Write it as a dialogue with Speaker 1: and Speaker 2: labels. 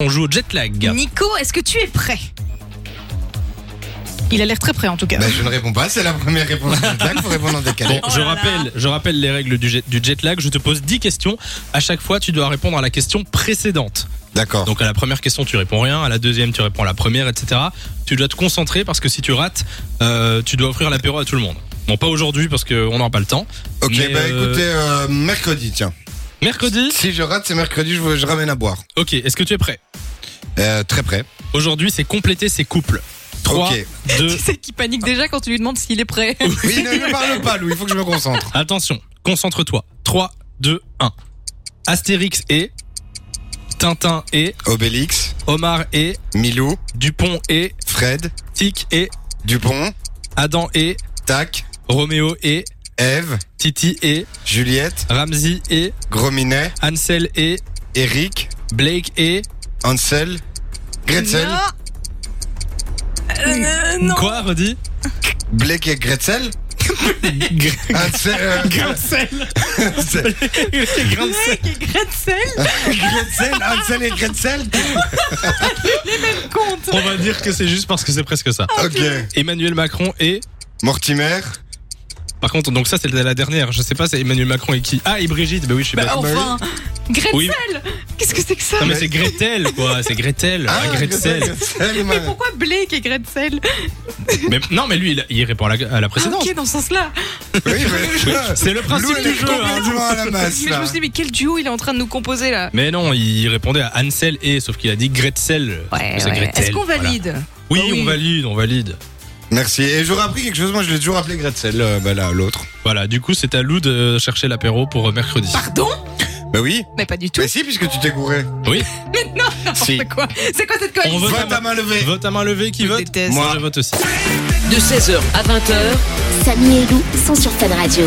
Speaker 1: On joue au jet lag.
Speaker 2: Nico, est-ce que tu es prêt Il a l'air très prêt en tout cas.
Speaker 3: Bah, je ne réponds pas, c'est la première réponse du blague pour répondre en décalé.
Speaker 1: Bon, je,
Speaker 2: Oh là là.
Speaker 1: rappelle, je rappelle les règles du jet, du jet lag. Je te pose 10 questions. À chaque fois, tu dois répondre à la question précédente.
Speaker 3: D'accord.
Speaker 1: Donc, à la première question, tu réponds rien. À la deuxième, tu réponds à la première, etc. Tu dois te concentrer parce que si tu rates, euh, tu dois offrir l'apéro à tout le monde. Bon, pas aujourd'hui parce qu'on n'aura pas le temps.
Speaker 3: Ok,
Speaker 1: mais,
Speaker 3: bah
Speaker 1: euh,
Speaker 3: écoutez, euh, mercredi, tiens.
Speaker 1: Mercredi
Speaker 3: Si je rate, c'est mercredi, je, vous- je ramène à boire.
Speaker 1: Ok, est-ce que tu es prêt
Speaker 3: Euh, très près.
Speaker 1: Aujourd'hui, c'est compléter ses couples. 3,
Speaker 3: Ok.
Speaker 1: 2,
Speaker 2: Tu sais qu'il panique déjà quand tu lui demandes s'il est prêt.
Speaker 3: Oui, ne me parle pas, Louis, il faut que je me concentre.
Speaker 1: Attention, concentre-toi. 3, 2, 1. Astérix et. Tintin et.
Speaker 3: Obélix,
Speaker 1: Omar et.
Speaker 3: Milou,
Speaker 1: Dupont et.
Speaker 3: Fred,
Speaker 1: Tic et.
Speaker 3: Dupont,
Speaker 1: Adam et.
Speaker 3: Tac,
Speaker 1: Roméo et.
Speaker 3: Eve,
Speaker 1: Titi et.
Speaker 3: Juliette,
Speaker 1: Ramsey et.
Speaker 3: Grominet,
Speaker 1: Ansel et.
Speaker 3: Eric,
Speaker 1: Blake et.
Speaker 3: Ansel, Gretzel,
Speaker 2: Non. Euh, non.
Speaker 1: Quoi, redis
Speaker 3: Blake et Gretzel Ansel, euh,
Speaker 1: Grimsel
Speaker 3: Ansel,
Speaker 2: Blake et Gretzel,
Speaker 3: Gretzel, Ansel et Gretzel
Speaker 2: compte.
Speaker 1: On va dire que c'est juste parce que c'est presque ça.
Speaker 3: Ok.
Speaker 1: Emmanuel Macron et.
Speaker 3: Mortimer,
Speaker 1: Par contre, donc ça c'est la dernière. Je sais pas, c'est Emmanuel Macron et qui Ah, et Brigitte, bah oui, je suis bête.
Speaker 2: Enfin, Gretzel,
Speaker 1: Oui.
Speaker 2: qu'est-ce que c'est que ça
Speaker 1: Non, mais c'est Gretel, quoi. C'est Gretel. Ah, Gretzel.
Speaker 3: Gretzel,
Speaker 2: Mais
Speaker 3: ma-
Speaker 2: pourquoi Blake et Gretzel
Speaker 1: Bah, Mais, non, mais lui, il, il répond à la, à la
Speaker 2: Ah,
Speaker 1: précédente.
Speaker 2: Ok, dans ce sens-là.
Speaker 3: Oui, mais-
Speaker 1: C'est le principe
Speaker 3: Louis
Speaker 1: du
Speaker 3: est
Speaker 1: jeu. hein.
Speaker 3: complètement à la
Speaker 2: Mais
Speaker 3: masse,
Speaker 2: je
Speaker 3: là.
Speaker 2: me suis dit, mais quel duo il est en train de nous composer là
Speaker 1: Mais non, il répondait à Ansel et, sauf qu'il a dit Gretzel.
Speaker 2: Ouais,
Speaker 1: C'est
Speaker 2: ouais.
Speaker 1: Gretel,
Speaker 2: Est-ce qu'on
Speaker 1: voilà.
Speaker 2: valide
Speaker 1: Oui,
Speaker 2: Ah oui.
Speaker 1: on valide, on valide.
Speaker 3: Merci. Et j'aurais appris quelque chose, moi je l'ai toujours appelé Gretzel, euh, bah là, l'autre.
Speaker 1: Voilà, du coup, c'est à Lou de chercher l'apéro pour euh, mercredi.
Speaker 2: Pardon
Speaker 3: Bah oui.
Speaker 2: Mais pas du tout.
Speaker 3: Mais si, puisque tu t'es gouré.
Speaker 2: Mais non, n'importe
Speaker 3: Si.
Speaker 2: quoi. C'est quoi cette
Speaker 1: On
Speaker 2: coalition
Speaker 1: vote
Speaker 3: Vote
Speaker 1: à
Speaker 3: à main levée.
Speaker 1: Vote à main levée, qui
Speaker 2: Je
Speaker 1: vote
Speaker 2: déteste.
Speaker 1: Moi,
Speaker 3: Moi.
Speaker 1: je vote aussi.
Speaker 4: de 16h à 20h,
Speaker 5: Samy et Lou sont sur Fun Radio.